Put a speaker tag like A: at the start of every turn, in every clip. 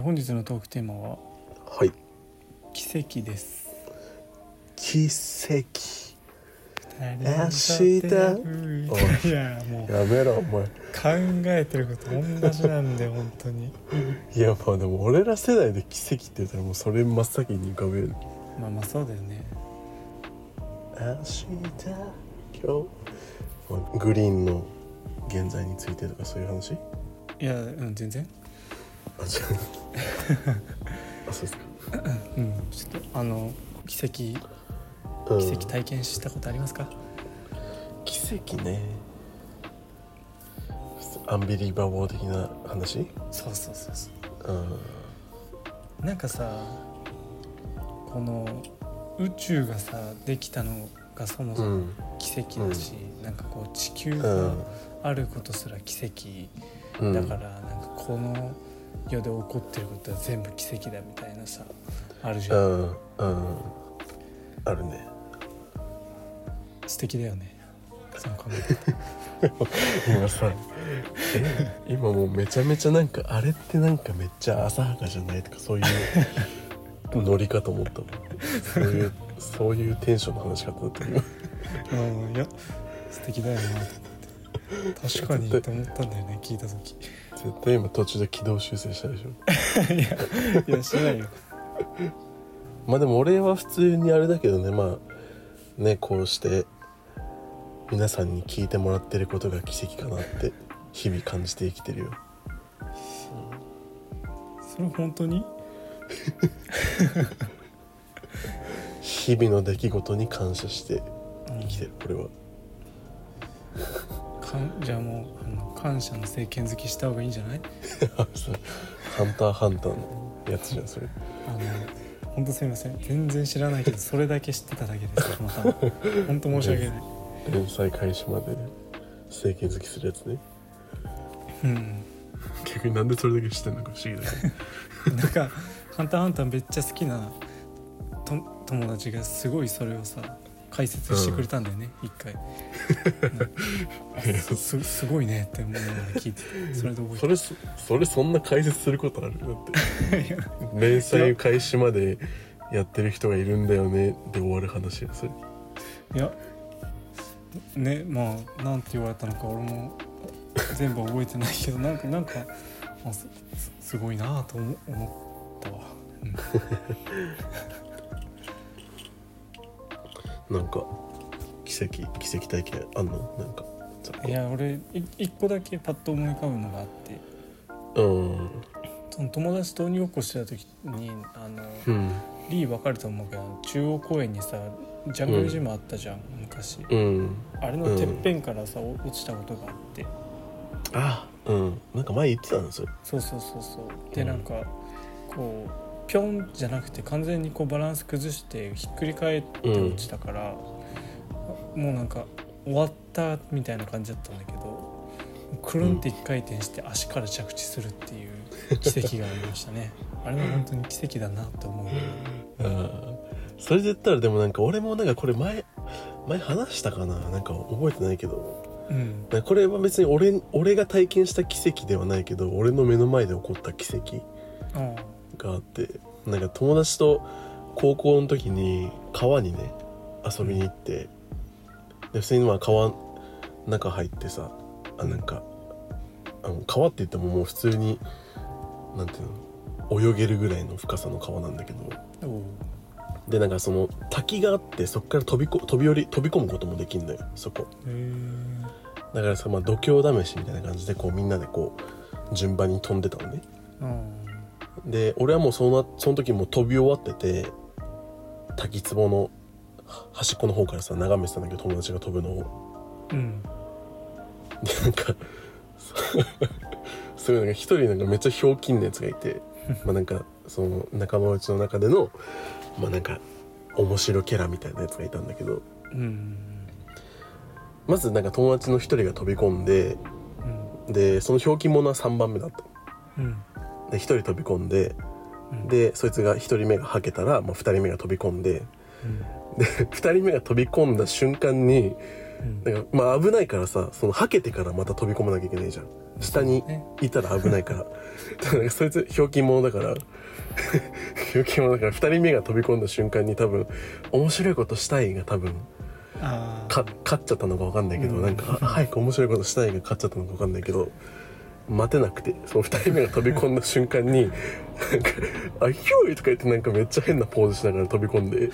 A: 本日のトークテーマは
B: はい
A: 奇跡です
B: 奇跡
A: 明
B: 日
A: いやもう
B: やめろお前
A: 考えてること同じなんで本当に
B: いやまあでも俺ら世代で奇跡って言ったらもうそれ真っ先に浮かべる
A: まあまあそうだよね
B: 明日今日グリーンの現在についてとかそういう話
A: いやうん全然
B: あ違うあそうですか
A: うんちょっとあの奇跡
B: うん
A: 奇跡体験したことありますか、
B: 奇跡ねアンビリバボー的な話
A: そうそうそうそう
B: うん
A: なんかさこの宇宙がさできたのがそも
B: う
A: そも
B: ん
A: 奇跡だし、なんかこう地球
B: う
A: が
B: ん
A: あることすら奇跡、
B: うん
A: だからなんかこの世で起こってることは全部奇跡だみたいなさあるじゃ、
B: うんんうんあるね
A: 素敵だよねそのコメン
B: 今さえ今もうめちゃめちゃなんかあれってなんかめっちゃ浅はかじゃないとかそういうノリかと思ったのそういうそういうテンションの話し方だった今
A: トうんいや素敵だよなと思って確かにと思ったんだよね聞いた時
B: 絶対今途中で軌道修正したでしょ
A: いやいやしないよ
B: まあでも俺は普通にあれだけどねまあねこうして皆さんに聞いてもらってることが奇跡かなって日々感じて生きてるよ
A: それ本当に
B: 日々の出来事に感謝して生きてる俺は
A: かんじゃあもうあの感謝の聖剣好きした方がいいんじゃない
B: あそれハンターハンターのやつじゃんそれ
A: あの本当すみません全然知らないけどそれだけ知ってただけですたまたま本当申し訳ない
B: 連載開始まで政権好きするやつね
A: うん
B: 逆になんでそれだけしてんのか不思議だけど
A: なんか「ハンターハンター」めっちゃ好きなと友達がすごいそれをさ解説してくれたんだよね、一回うんす すごいねって思いながら聞いててそれで覚
B: それそそれそんな解説することあるだ
A: えてた
B: って連載開始までやってる人がいるんだよねで終わる話やそれ
A: いやねまあなんて言われたのか俺も全部覚えてないけどなんかなんか、あ、すすすごいなぁと思思ったわ、うん
B: なんか奇跡奇跡体験あんのなんかちょっと
A: いや俺い一個だけパッと思い浮かぶのがあって
B: うん
A: その友達と鬼ごっこしてた時にあの、
B: うん
A: リー分かると思うけど中央公園にさジャングルジムあったじゃん、昔
B: うん
A: あれのてっぺんからさ、落ちたことがあって
B: あうんなんか前言ってたのそれ
A: そうそうそうそうで
B: うん
A: なんかこうピョンじゃなくて完全にこうバランス崩してひっくり返って落ちたから、もうなんか終わったみたいな感じだったんだけどくるんって一回転して足から着地するっていう奇跡がありました ねあれは本当に奇跡だなと思うよね
B: あーそれで言ったらでもなんか俺もなんかこれ前前話したかななんか覚えてないけど
A: うん
B: だからこれは別に俺俺が体験した奇跡ではないけど俺の目の前で起こった奇跡
A: あ
B: があってなんか友達と高校の時に川にね遊びに行ってで普通にまあ川の中入ってさあなんかあの川って言ってももう普通になんていうの泳げるぐらいの深さの川なんだけど
A: あおう
B: でなんかその滝があってそこから飛びこ飛び降り飛び込むこともできんのよそこ。
A: へえ
B: だからさ、まあ、度胸試しみたいな感じでこうみんなでこう順番に飛んでたのね
A: うん
B: で俺はもうそのその時もう飛び終わってて滝壺の端っこの方からさ眺めてたんだけど友達が飛ぶのを
A: うん
B: でなんか そうすごいなんか一人なんかめっちゃひょうきんなやつがいてまあなんかその仲間内の中でのまあなんか面白キャラみたいなやつがいたんだけど
A: うん
B: まずなんか友達の一人が飛び込んで
A: うん
B: でそのひょうきん者は3番目だった
A: うん
B: で一人飛び込んで
A: うん
B: でそいつが一人目がはけたら、まあ、二人目が飛び込んで
A: うん
B: で二人目が飛び込んだ瞬間に
A: うん
B: なんかまあ危ないからさそのはけてからまた飛び込まなきゃいけないじゃん下に
A: ね
B: いたら危ないからだからそいつひょうきん者だから ひょうきん者だから二人目が飛び込んだ瞬間に多分面白いことしたいが多分
A: あー
B: か勝っちゃったのか分かんないけど、
A: うん
B: なんかあ早く面白いことしたいが勝っちゃったのか分かんないけど待てなくてその2人目が飛び込んだ瞬 間に「なんかあひょい!」とか言ってなんかめっちゃ変なポーズしながら飛び込んで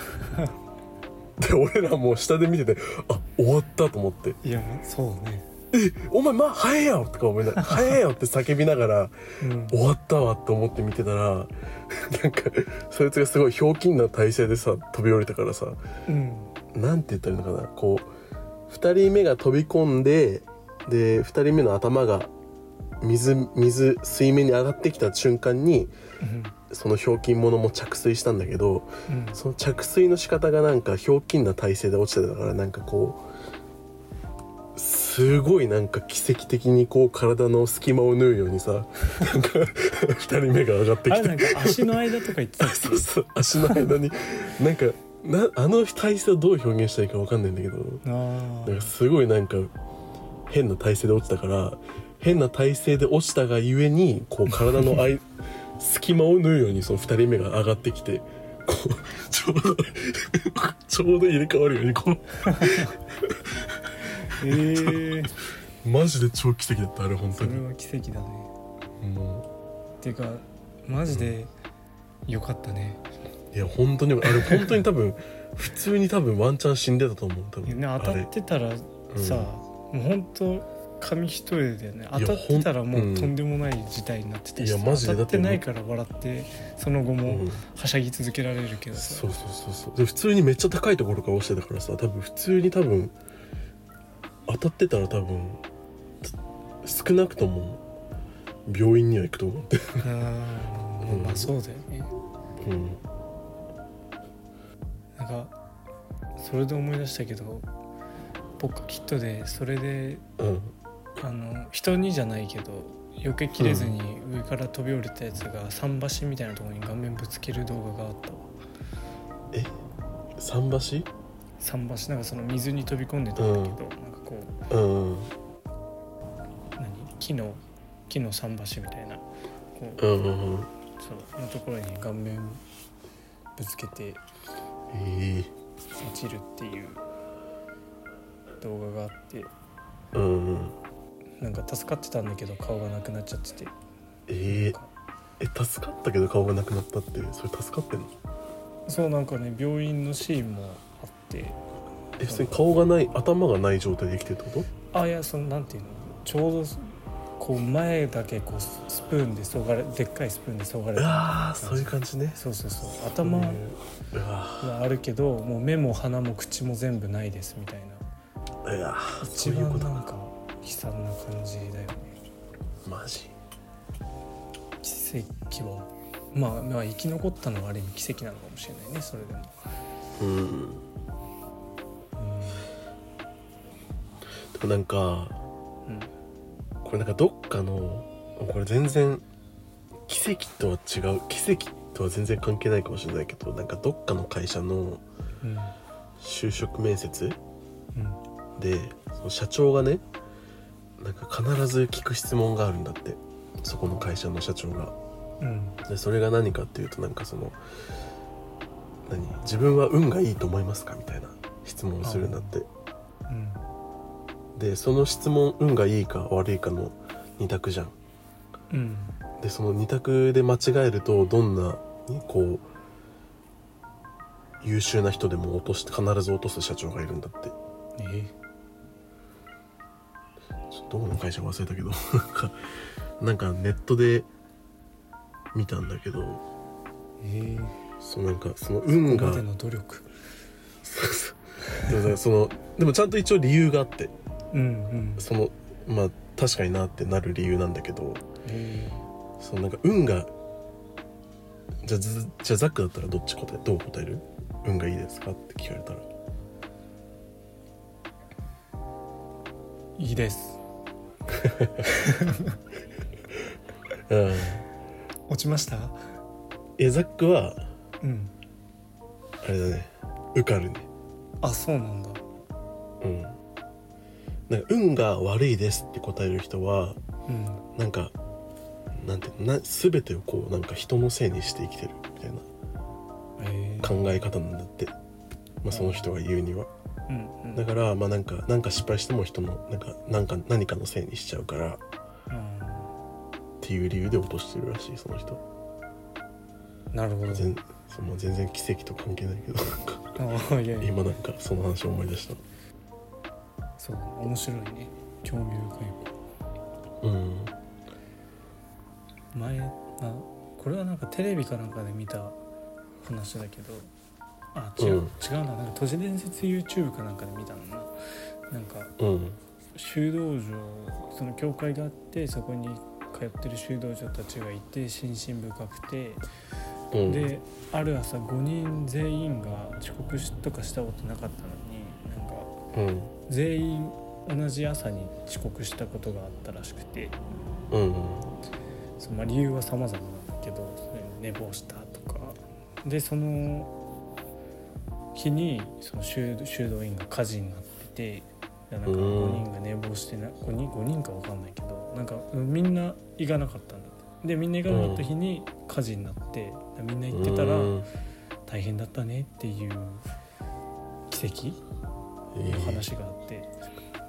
B: で俺らもう下で見ててあ終わったと思って
A: いやもうそうね
B: 「お前まあ早えよ!」とか思いな がら「早えよ!」って叫びながら
A: うん
B: 終わったわと思って見てたらなんかそいつがすごいひょうきんな体勢でさ飛び降りたからさ
A: うん
B: なんて言ったらいいのかなこう2人目が飛び込んでで2人目の頭が水水水面に上がってきた瞬間に
A: うん
B: そのひょうきん者も着水したんだけど
A: うん
B: その着水の仕方がなんかひょうきんな体勢で落ちてたからなんかこうすごいなんか奇跡的にこう体の隙間を縫うようにさなんか2人目が上がって
A: あれ
B: きて
A: なんか足の間とか言ってたっ
B: そうそう足の間になんかなあの体勢をどう表現したいかわかんないんだけど
A: けあ
B: なんかすごいなんか変な体勢で落ちたから変な体勢で落ちたがゆえにこう体 のあい隙間を縫うようにその2人目が上がってきてこうちょうど ちょうど入れ替わるようにこ
A: ええー、
B: うマジで超奇跡だったあれ本当
A: それ
B: に
A: は奇跡だね
B: も
A: っていうかマジでよかったね、
B: ういや本当にあれ本当に多分普通に多分ワンチャン死んでたと思う多
A: いや
B: 分
A: ね当
B: あ
A: たっ
B: れ
A: てたら
B: うん
A: さ、もう本当紙一重だよね当たってたらも
B: ほん
A: うとんでもない事態になってたし
B: いやマジで
A: 当たって
B: だ
A: な
B: って
A: いから笑ってその後
B: う
A: も
B: ん
A: はしゃぎ続けられるけどさ、
B: そうそうそうそうで普通にめっちゃ高いところから落ちてたからさ多分普通に多分当たってたら多分つ少なくとも病院には行くと思って、
A: あー
B: うん
A: まあそうだよね
B: うん、
A: なんかそれで思い出したけど僕はキットでそれで
B: うん
A: あの人にじゃないけど避けきれずに上から飛び降りたやつが桟橋みたいなところに顔面ぶつける動画があったわ
B: え桟
A: 桟橋なんかその水に飛び込んでたんだけど、なんかこう
B: 橋うん
A: 何木の木の桟橋みたいなこう
B: うんうんうん
A: そうのところに顔面ぶつけて
B: え
A: 落ちるっていう動画があって
B: えうんうん
A: なんか助かってたんだけど顔がなくなっちゃってて
B: えええ助かったけど顔がなくなったってそれ助かってんの
A: そうなんかね病院のシーンもあって
B: え普通に顔がない頭がない状態で生きてるってこ
A: あいやそのなんていうのちょうどこう前だけこうススプーンでそがれでっかいスプーンでそがれ
B: と
A: て
B: ああそういう感じね
A: そうそうそう頭
B: そういううわ
A: はあるけどもう目も鼻も口も全部ないですみたいな
B: うわ
A: 一
B: そういう
A: 番
B: こと
A: なんか悲惨な感じだよね
B: マジ
A: 奇跡はまあ、まあ、生き残ったのはある意味奇跡なのかもしれないねそれでも
B: うんでもなんか
A: うん
B: これなんかどっかのこれ全然奇跡とは違う奇跡とは全然関係ないかもしれないけどなんかどっかの会社の
A: うん
B: 就職面接
A: うん
B: でその社長がねなんか必ず聞く質問があるんだってそこの会社の社長が。
A: うん
B: でそれが何かっていうとなんかその何自分は運がいいと思いますかみたいな質問をするんだって
A: うん
B: でその質問運がいいか悪いかの2択じゃん
A: うん
B: でその2択で間違えるとどんなにこう優秀な人でも落として必ず落とす社長がいるんだって
A: え
B: ちょっとどこの会社か忘れたけどなんかなんかネットで見たんだけど
A: え
B: そうなんかその運
A: ここま
B: が
A: での努力
B: そうそうでもさそのでもちゃんと一応理由があって
A: うんうん
B: そのまあ確かになってなる理由なんだけど
A: え
B: そのなんか運がじゃあずじゃあザックだったらどっち答えどう答える運がいいですかって聞かれたら
A: ーいいです
B: うん
A: 落ちました
B: えザックは
A: うん
B: あれだね受かるね
A: あそうなんだ
B: うんなんか運が悪いですって答える人は
A: うん
B: なんかなんてな全てをこうなんか人のせいにして生きてるみたいな
A: えー
B: 考え方なんだって、まあ、その人が言うには
A: うんうん
B: だからまあなんかなんか失敗しても人のなんかなんか何かのせいにしちゃうからっ
A: あ
B: ていう理由で落としてるらしいその人
A: ーなるほど
B: 全その全然奇跡と関係ないけどなんか
A: ああいやいや
B: 今なんかその話を思い出した
A: そう面白いね興味深い
B: うん
A: 前あこれはなんかテレビかなんかで見た話だけどあ違う、
B: うん
A: 違うななんか都市伝説 YouTube かなんかで見たのななんか
B: うん
A: 修道場その教会があってそこに通ってる修道女たちがいて心身深くて
B: うん
A: である朝5人全員が遅刻しとかしたことなかったのになんか
B: うん
A: 全員同じ朝に遅刻したことがあったらしくて
B: うん
A: そのまあ理由は様々なんだけどそれに寝坊したとかでその日にその修修道院が火事になっててでなんか
B: うん
A: 5人が寝坊してな5人 ,5 人か分かんないけどなんかうんみんな行かなかったんだってでみんな行かなかった日に火事になってでみんな行ってたら
B: うん
A: 大変だったねっていう奇跡
B: いい
A: の話があって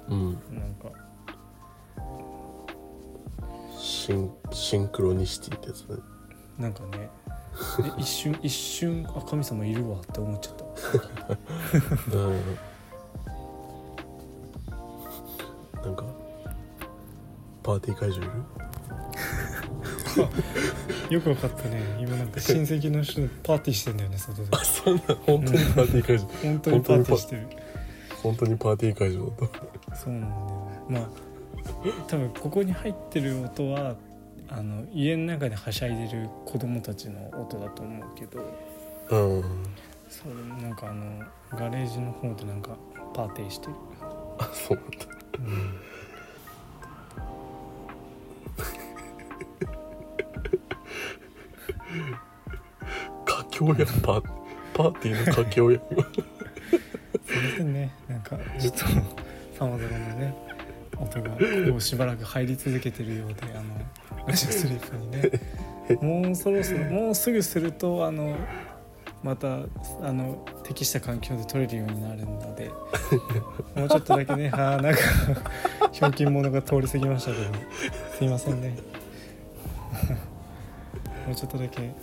B: う
A: な
B: ん
A: んか
B: シンシンクロニシティってやつだね
A: なんかねえ一瞬一瞬あ神様いるわって思っちゃった。
B: うんなんかパーティー会場いる
A: よくわかったね今なんか親戚の人とパーティーしてんだよね外で
B: あそんな本当にパーティー会場
A: 本当にパーティーしてる
B: 本当にパーティー会場だった
A: そうなんだよねまあ多分ここに入ってる音はあの家の中ではしゃいでる子供たちの音だと思うけど
B: うん
A: そうなんかあのガレージの方でなんかパーティーしてる、
B: あそうなん だ佳境やパーパーティーの佳境や
A: すいませんねなんかちょっと さまざまなね音がこうしばらく入り続けてるようであのラジオスリープにねもうそろそろもうすぐするとあのまたあの適した環境で撮れるようになるのでもうちょっとだけねあーなんかひょうきん者が通り過ぎましたけどすいませんね もうちょっとだけ、はい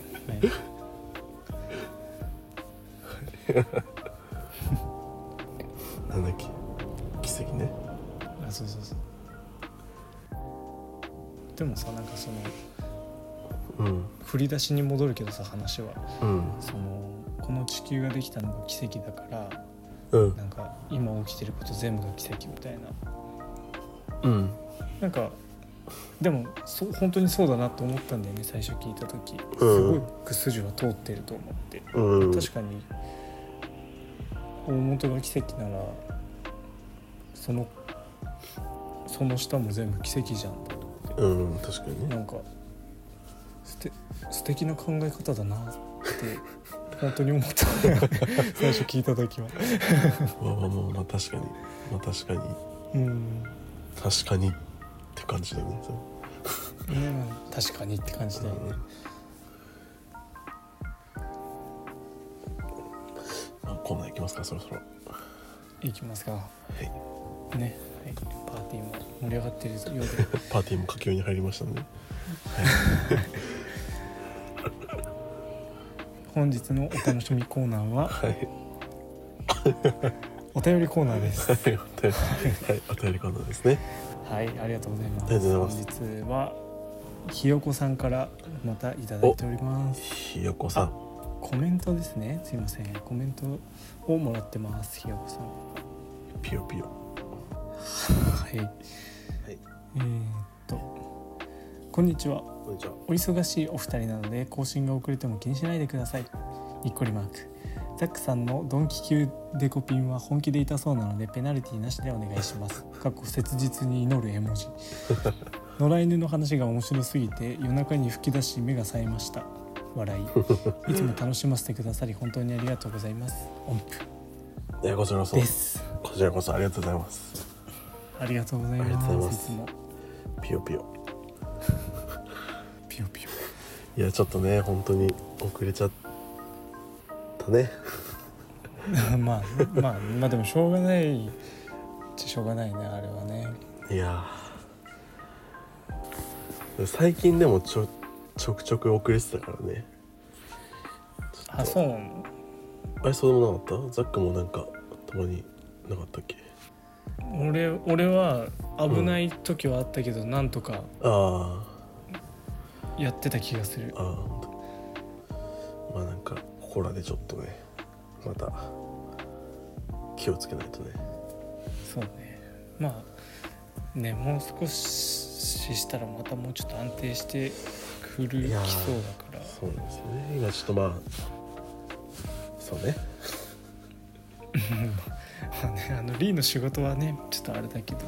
B: なんだっけ奇跡ね
A: あそうそうそうでもさなんかその
B: うん
A: 振り出しに戻るけどさ話は
B: うん
A: そのこの地球ができたのが奇跡だから
B: うん
A: なんか今起きてること全部が奇跡みたいな
B: うん
A: なんかでもそう本当にそうだなと思ったんだよね最初聞いた時す
B: うん
A: ごく筋は通ってると思って
B: うん
A: 確かに大元が奇跡ならそのその下も全部奇跡じゃんと思って
B: うん確かにね
A: なんかすて素敵な考え方だなって本当に思ったね 最初聞いた時は
B: まあまあまあまあ確かにまあ確かに
A: うん、ね、
B: 確かにって感じだよねそう
A: 確かにって感じだよね
B: まあコーナー行きますかそろそろ
A: いきますかは
B: はい
A: ね、はい、パーティーも盛り上がってるようで
B: パーティーも佳境に入りましたね
A: 本日のお楽しみコーナーは
B: はい
A: お便りコーナーです
B: はいお便りはいお便りコーナーですね
A: はいありがとうございます
B: ありがとうござい
A: 本日はひよこさんからまたいただいております
B: ひよこさん
A: コメントですねすいませんコメントをもらってますひよこさん
B: ピヨピヨ
A: はい、えーっとこんにちは
B: こんにちは
A: お忙しいお二人なので更新が遅れても気にしないでくださいにっこりマークザックさんのドンキ級デコピンは本気で痛そうなのでペナルティなしでお願いしますかっこ切実に祈る絵 文字野良犬の話が面白すぎて夜中に吹き出し目が冴えました笑いいつも楽しませてくださり本当にありがとうございます音
B: いやこちらこそ
A: 符です
B: こちらこそありがとうございます
A: ありがとうござい
B: ありがとうござ
A: ま
B: いますす
A: いつも
B: ピヨピヨ
A: ピヨピヨ
B: いやちょっとね本当に遅れちゃったね
A: まあまあまあでもしょうがないっちゃしょうがないねあれはね
B: いやー最近でもちょちょくちょく遅れてたからね
A: あそうなの
B: あれそうでもなかったザックもなんかたまになかったっけ
A: 俺俺は危ない時はあったけど、なんとか
B: あ
A: やってた気がする
B: あああほんとまあなんかここらでちょっとねまた気をつけないとね
A: そうねまあねもう少ししたらまたもうちょっと安定してくるきそ
B: い
A: うだ
B: やー
A: から
B: そうなんですよね今ちょっとまあそうね
A: まあねあのリーの仕事はねちょっとあれだけど
B: う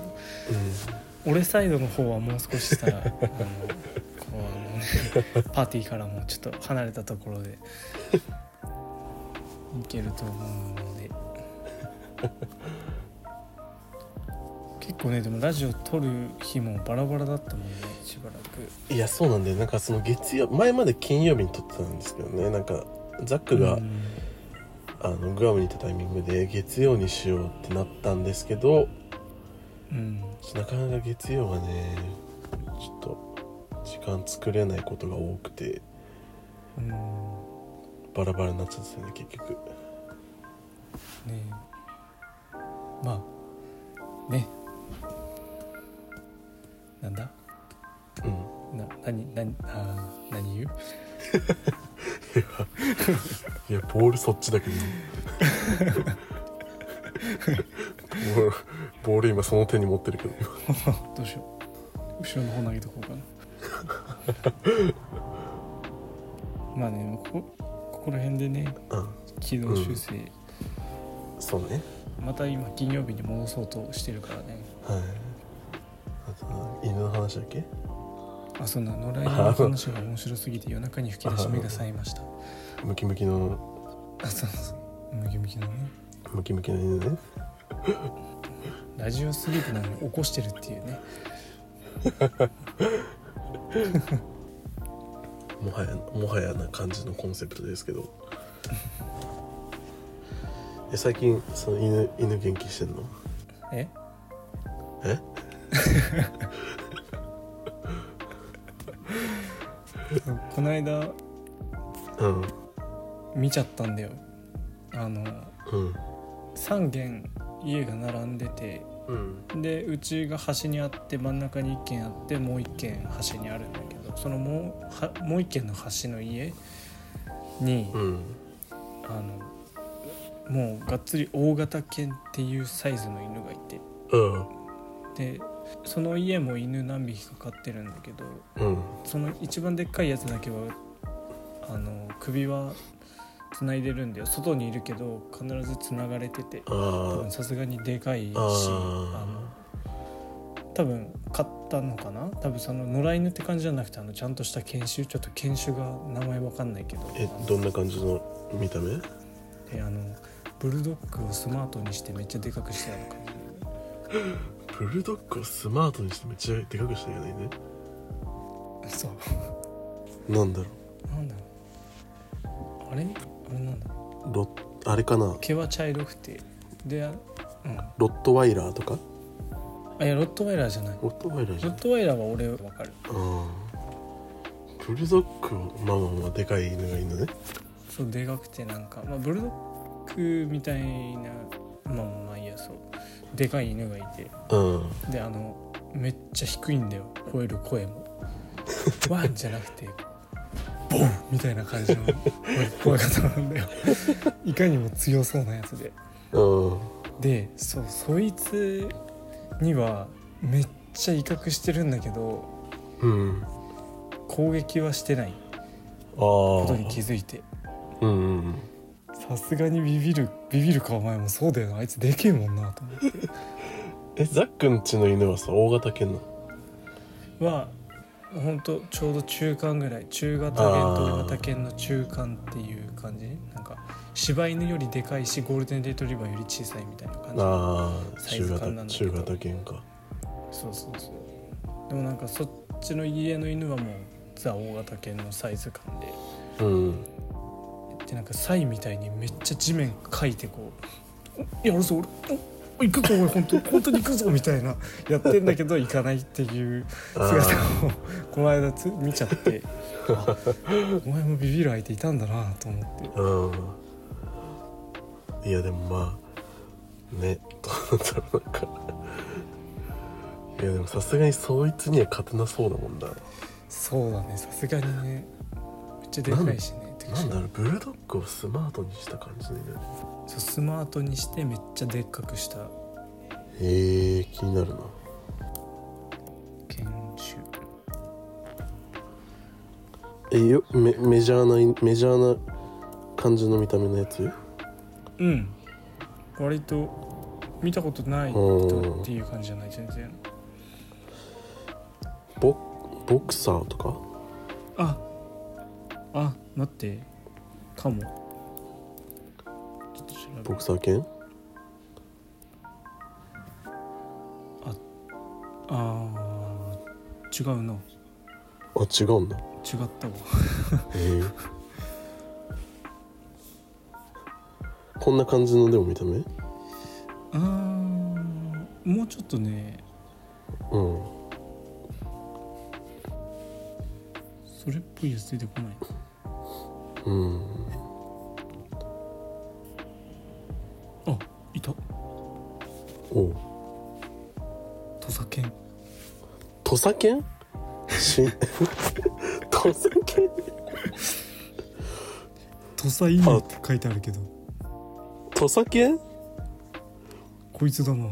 A: 俺サイドの方はもう少ししたら あのこうあの、ね、パーティーからもちょっと離れたところでいけると思うので結構ねでもラジオ撮る日もバラバラだったもんねしばらく
B: んいやそうなんでなんかその月曜前まで金曜日に撮ってたんですけどねなんかザックが、
A: うん
B: あのグアムに行ったタイミングで月曜にしようってなったんですけど
A: うん
B: なかなか月曜はねちょっと時間作れないことが多くて
A: うん
B: バラバラになっちゃってたね結局
A: ねまあねなんだ
B: うん
A: な何何あー何言う
B: いやボールそっちだけど ボールボール今その手に持ってるけど
A: どうしよう後ろの方投げとこう かなまあねここここら辺でね
B: うん
A: 軌道修正、
B: そうね
A: また今金曜日に戻そうとしてるからね
B: はいあとな犬の話だっけ
A: あそんな野良犬の話が面白すぎて夜中に吹き出し目が冴えました
B: ムキムキの
A: あそうそうムキムキのね
B: ムキムキの犬ね
A: ラジオスリープなのに起こしてるっていうね
B: もはやもはやな感じのコンセプトですけど え最近その犬犬元気してんの
A: え
B: え
A: そう この間
B: うん
A: 見ちゃったんだよあの
B: うん
A: 3軒家が並んでて
B: うん
A: でうちが端にあって真ん中に1軒あってもう1軒端にあるんだけどそのもうはもう1軒の端の家に、
B: うん
A: あのもうがっつり大型犬っていうサイズの犬がいて
B: うん
A: でその家も犬何匹か飼ってるんだけど
B: うん
A: その一番でっかいやつだけはあの首は繋いでるんだよ外にいるけど必ず繋がれてて
B: あー
A: さすがにでかいし
B: あ
A: あ
B: ー
A: の多分買ったのかな多分その野良犬って感じじゃなくてあのちゃんとした犬種ちょっと犬種が名前わかんないけど
B: え
A: あの
B: どんな感じの見た目
A: であのブルドッグをスマートにしてめっちゃでかくしてある感じ
B: ブルドッグをスマートにしてめっちゃでかくしたよねね
A: そう
B: なんだろ
A: なんだろうあれあれなんだ
B: うロあれかな
A: 毛は茶色くてであうんあ
B: ロットワイラーとか
A: いやロットワイラーじゃない
B: ロットワイラーじゃ
A: ロッ
B: ん
A: トワイラーは俺わかる
B: うんブルドッグをまあまあまあでかい犬がいるのね
A: そうでかくてなんか、まあ、ブルドッグみたいなまあまあいいやそうでかい犬がいて
B: うん
A: であのめっちゃ低いんだよ吠える声もワンじゃなくてボンみたいな感じの声声方なんだよいかにも強そうなやつで
B: うん
A: でそうそいつにはめっちゃ威嚇してるんだけど
B: うん
A: 攻撃はしてない
B: ああ
A: ことに気づいて
B: うんうん
A: さすがにビビるビビるかお前もそうだよなあいつでけえもんなと思って
B: えザックんちの犬はさ大型犬なの
A: はほんとちょうど中間ぐらい中型犬と大型犬の中間っていう感じなんか柴犬よりでかいしゴールデンレトリバーより小さいみたいな感じ
B: ああ
A: サイ
B: 中
A: ズ感な
B: 型
A: んだけど
B: 中型犬か
A: そうそうそうでもなんかそっちの家の犬はもうザ大型犬のサイズ感で
B: うん
A: でなんかサイみたいにめっちゃ地面かいてこう「やるぞ俺お行くぞ俺本当本当に行くぞ」みたいなやってんだけど行かないっていう姿をこの間つ見ちゃってあお前もビビる相手いたんだなと思って
B: うんいやでもまあね どうなんだろうなんかいやでもさすがにそいつには勝てなそうだもんな
A: そうだねさすがにねめっちゃでかいしねてか
B: なんだろうブルドッグをスマートにした感じだよね
A: そうスマートにしてめっちゃでっかくした
B: へえ気になるな
A: 犬種
B: えよメメジャーなメジャーな感じの見た目のやつ
A: うん割と見たことない人っていう感じじゃない全然
B: ボボクサーとか
A: ああ待ってかもちょっと調べ
B: ボクサー犬
A: あー違うな
B: あ違うんだ
A: 違ったわ
B: へえこんな感じのでも見た目
A: あーもうちょっとね
B: うん
A: それっぽいやつ出てこない
B: うん
A: あいた
B: おう
A: 土佐犬
B: 土佐犬し 土佐犬
A: 土佐犬って書いてあるけど
B: 土佐犬
A: こいつだ なこ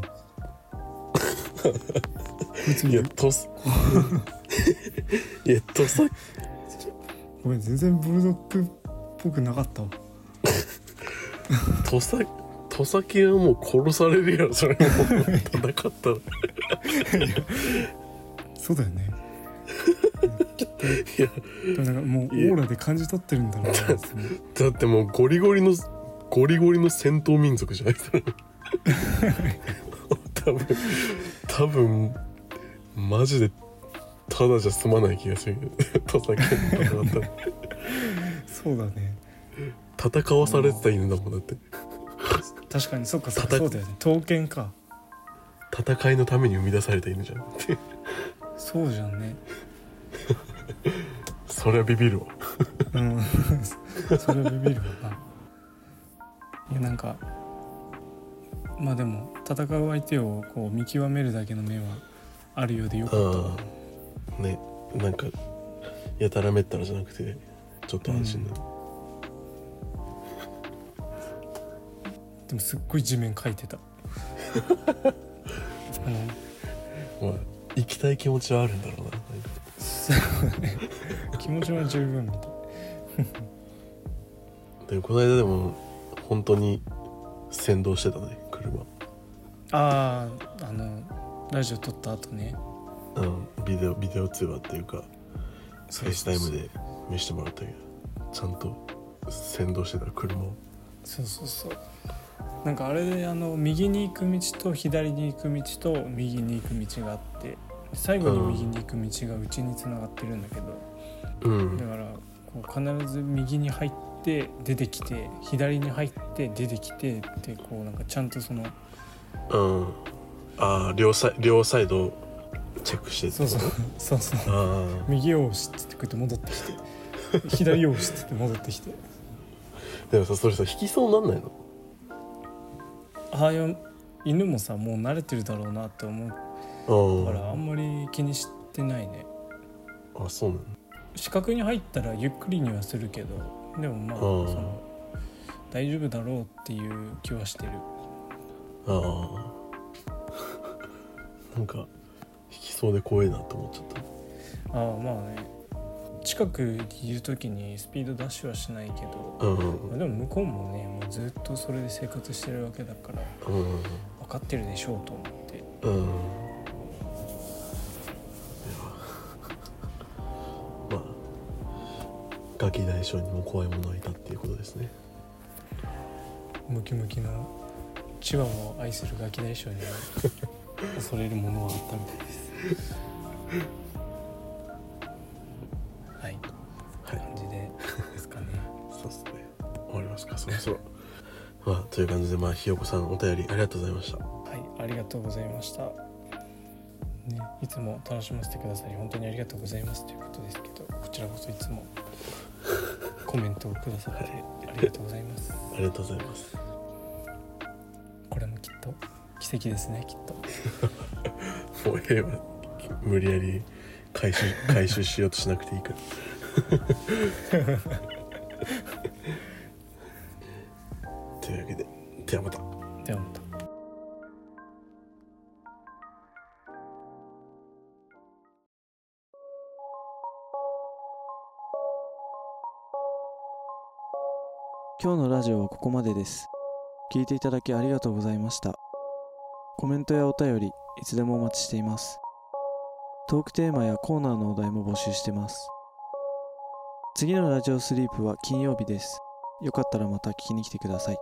A: いつ
B: い
A: い
B: や
A: る
B: 土佐いや土佐
A: ごめん全然ブルドッグっぽくなかったわ
B: 土佐土佐犬はもう殺されるやろそれも戦ったら
A: そうだよ ね
B: いや
A: でもなんかもうオーラで感じ取ってるんだろうなその
B: だってもうゴリゴリのゴリゴリの戦闘民族じゃない 多分多分マジでただじゃ済まない気がするけど土佐犬と戦っ
A: そうだね
B: たら戦わされてた犬だもんだって
A: 確かにそっかそっか
B: 叩
A: そ
B: く
A: うだよね刀剣か
B: 戦いのために生み出された犬じゃんって
A: そうじゃんね
B: それはビビるわ
A: うん それはビビるわないやなんかまあでも戦う相手をこう見極めるだけの目はあるようでよかったわ
B: うんねなんかやたらめったらじゃなくてちょっと安心だ、
A: でもすっごい地面かいて たあの
B: まあ行きたい気持ちはあるんだろうななんか
A: そうだね気持ちは十分みたい
B: でもこの間でも本当に先導してたね車
A: あああのラジオ撮った後ね
B: うんビデオビデオ通話っていうかフ
A: そう
B: ェイスタイム
A: で
B: で見せてもらったけどちゃんと先導してた車を
A: そうそうそうなんかあれであの右に行く道と左に行く道と右に行く道があって最後に右に行く道がうちにつながってるんだけど、
B: う
A: だ
B: ん
A: からこう必ず右に入って出てきて左に入って出てきてってこうなんかちゃんとその
B: うんああ両サイ両サイドチェックしてって
A: そ
B: こ
A: う
B: と
A: そうそうそう
B: ああ
A: 右を押してってこうやって戻ってきて左を押してって戻ってきて
B: でもさそれさ引きそうになんないの
A: ああいう犬もさもう慣れてるだろうなって思う
B: うん
A: からあんまり気にしてないね
B: あそうなの
A: 視覚に入ったらゆっくりにはするけどでもまあ、
B: うん
A: その大丈夫だろうっていう気はしてる
B: ああなんか弾きそうで怖いなと思っちゃった
A: ああまあね近くにいる時にスピードダッシュはしないけど、
B: うんう
A: まあ
B: ん
A: でも向こうもねもうずっとそれで生活してるわけだから
B: うん
A: 分かってるでしょうと思って
B: うんいやまあガキ大将にも怖いものはいたっていうことですね
A: ムキムキの千葉を愛するガキ大将には恐れるものはあったみたいですはい
B: はい
A: 感じでですかね
B: そうですね終わりますかそろそろまあという感じでまあひよこさんお便りありがとうございました
A: はいありがとうございました、ね、いつも楽しませてくださり本当にありがとうございますということですけどこちらこそいつもコメントをくださってありがとうございます
B: ありがとうございます
A: これもきっと奇跡ですねきっと
B: もうええわ無理やり回収回収しようとしなくていいから というわけでではまた
A: ではまた
C: 今日のラジオはここまでです聞いていただきありがとうございましたコメントやお便りいつでもお待ちしていますトークテーマやコーナーのお題も募集してます次のラジオスリープは金曜日ですよかったらまた聞きに来てください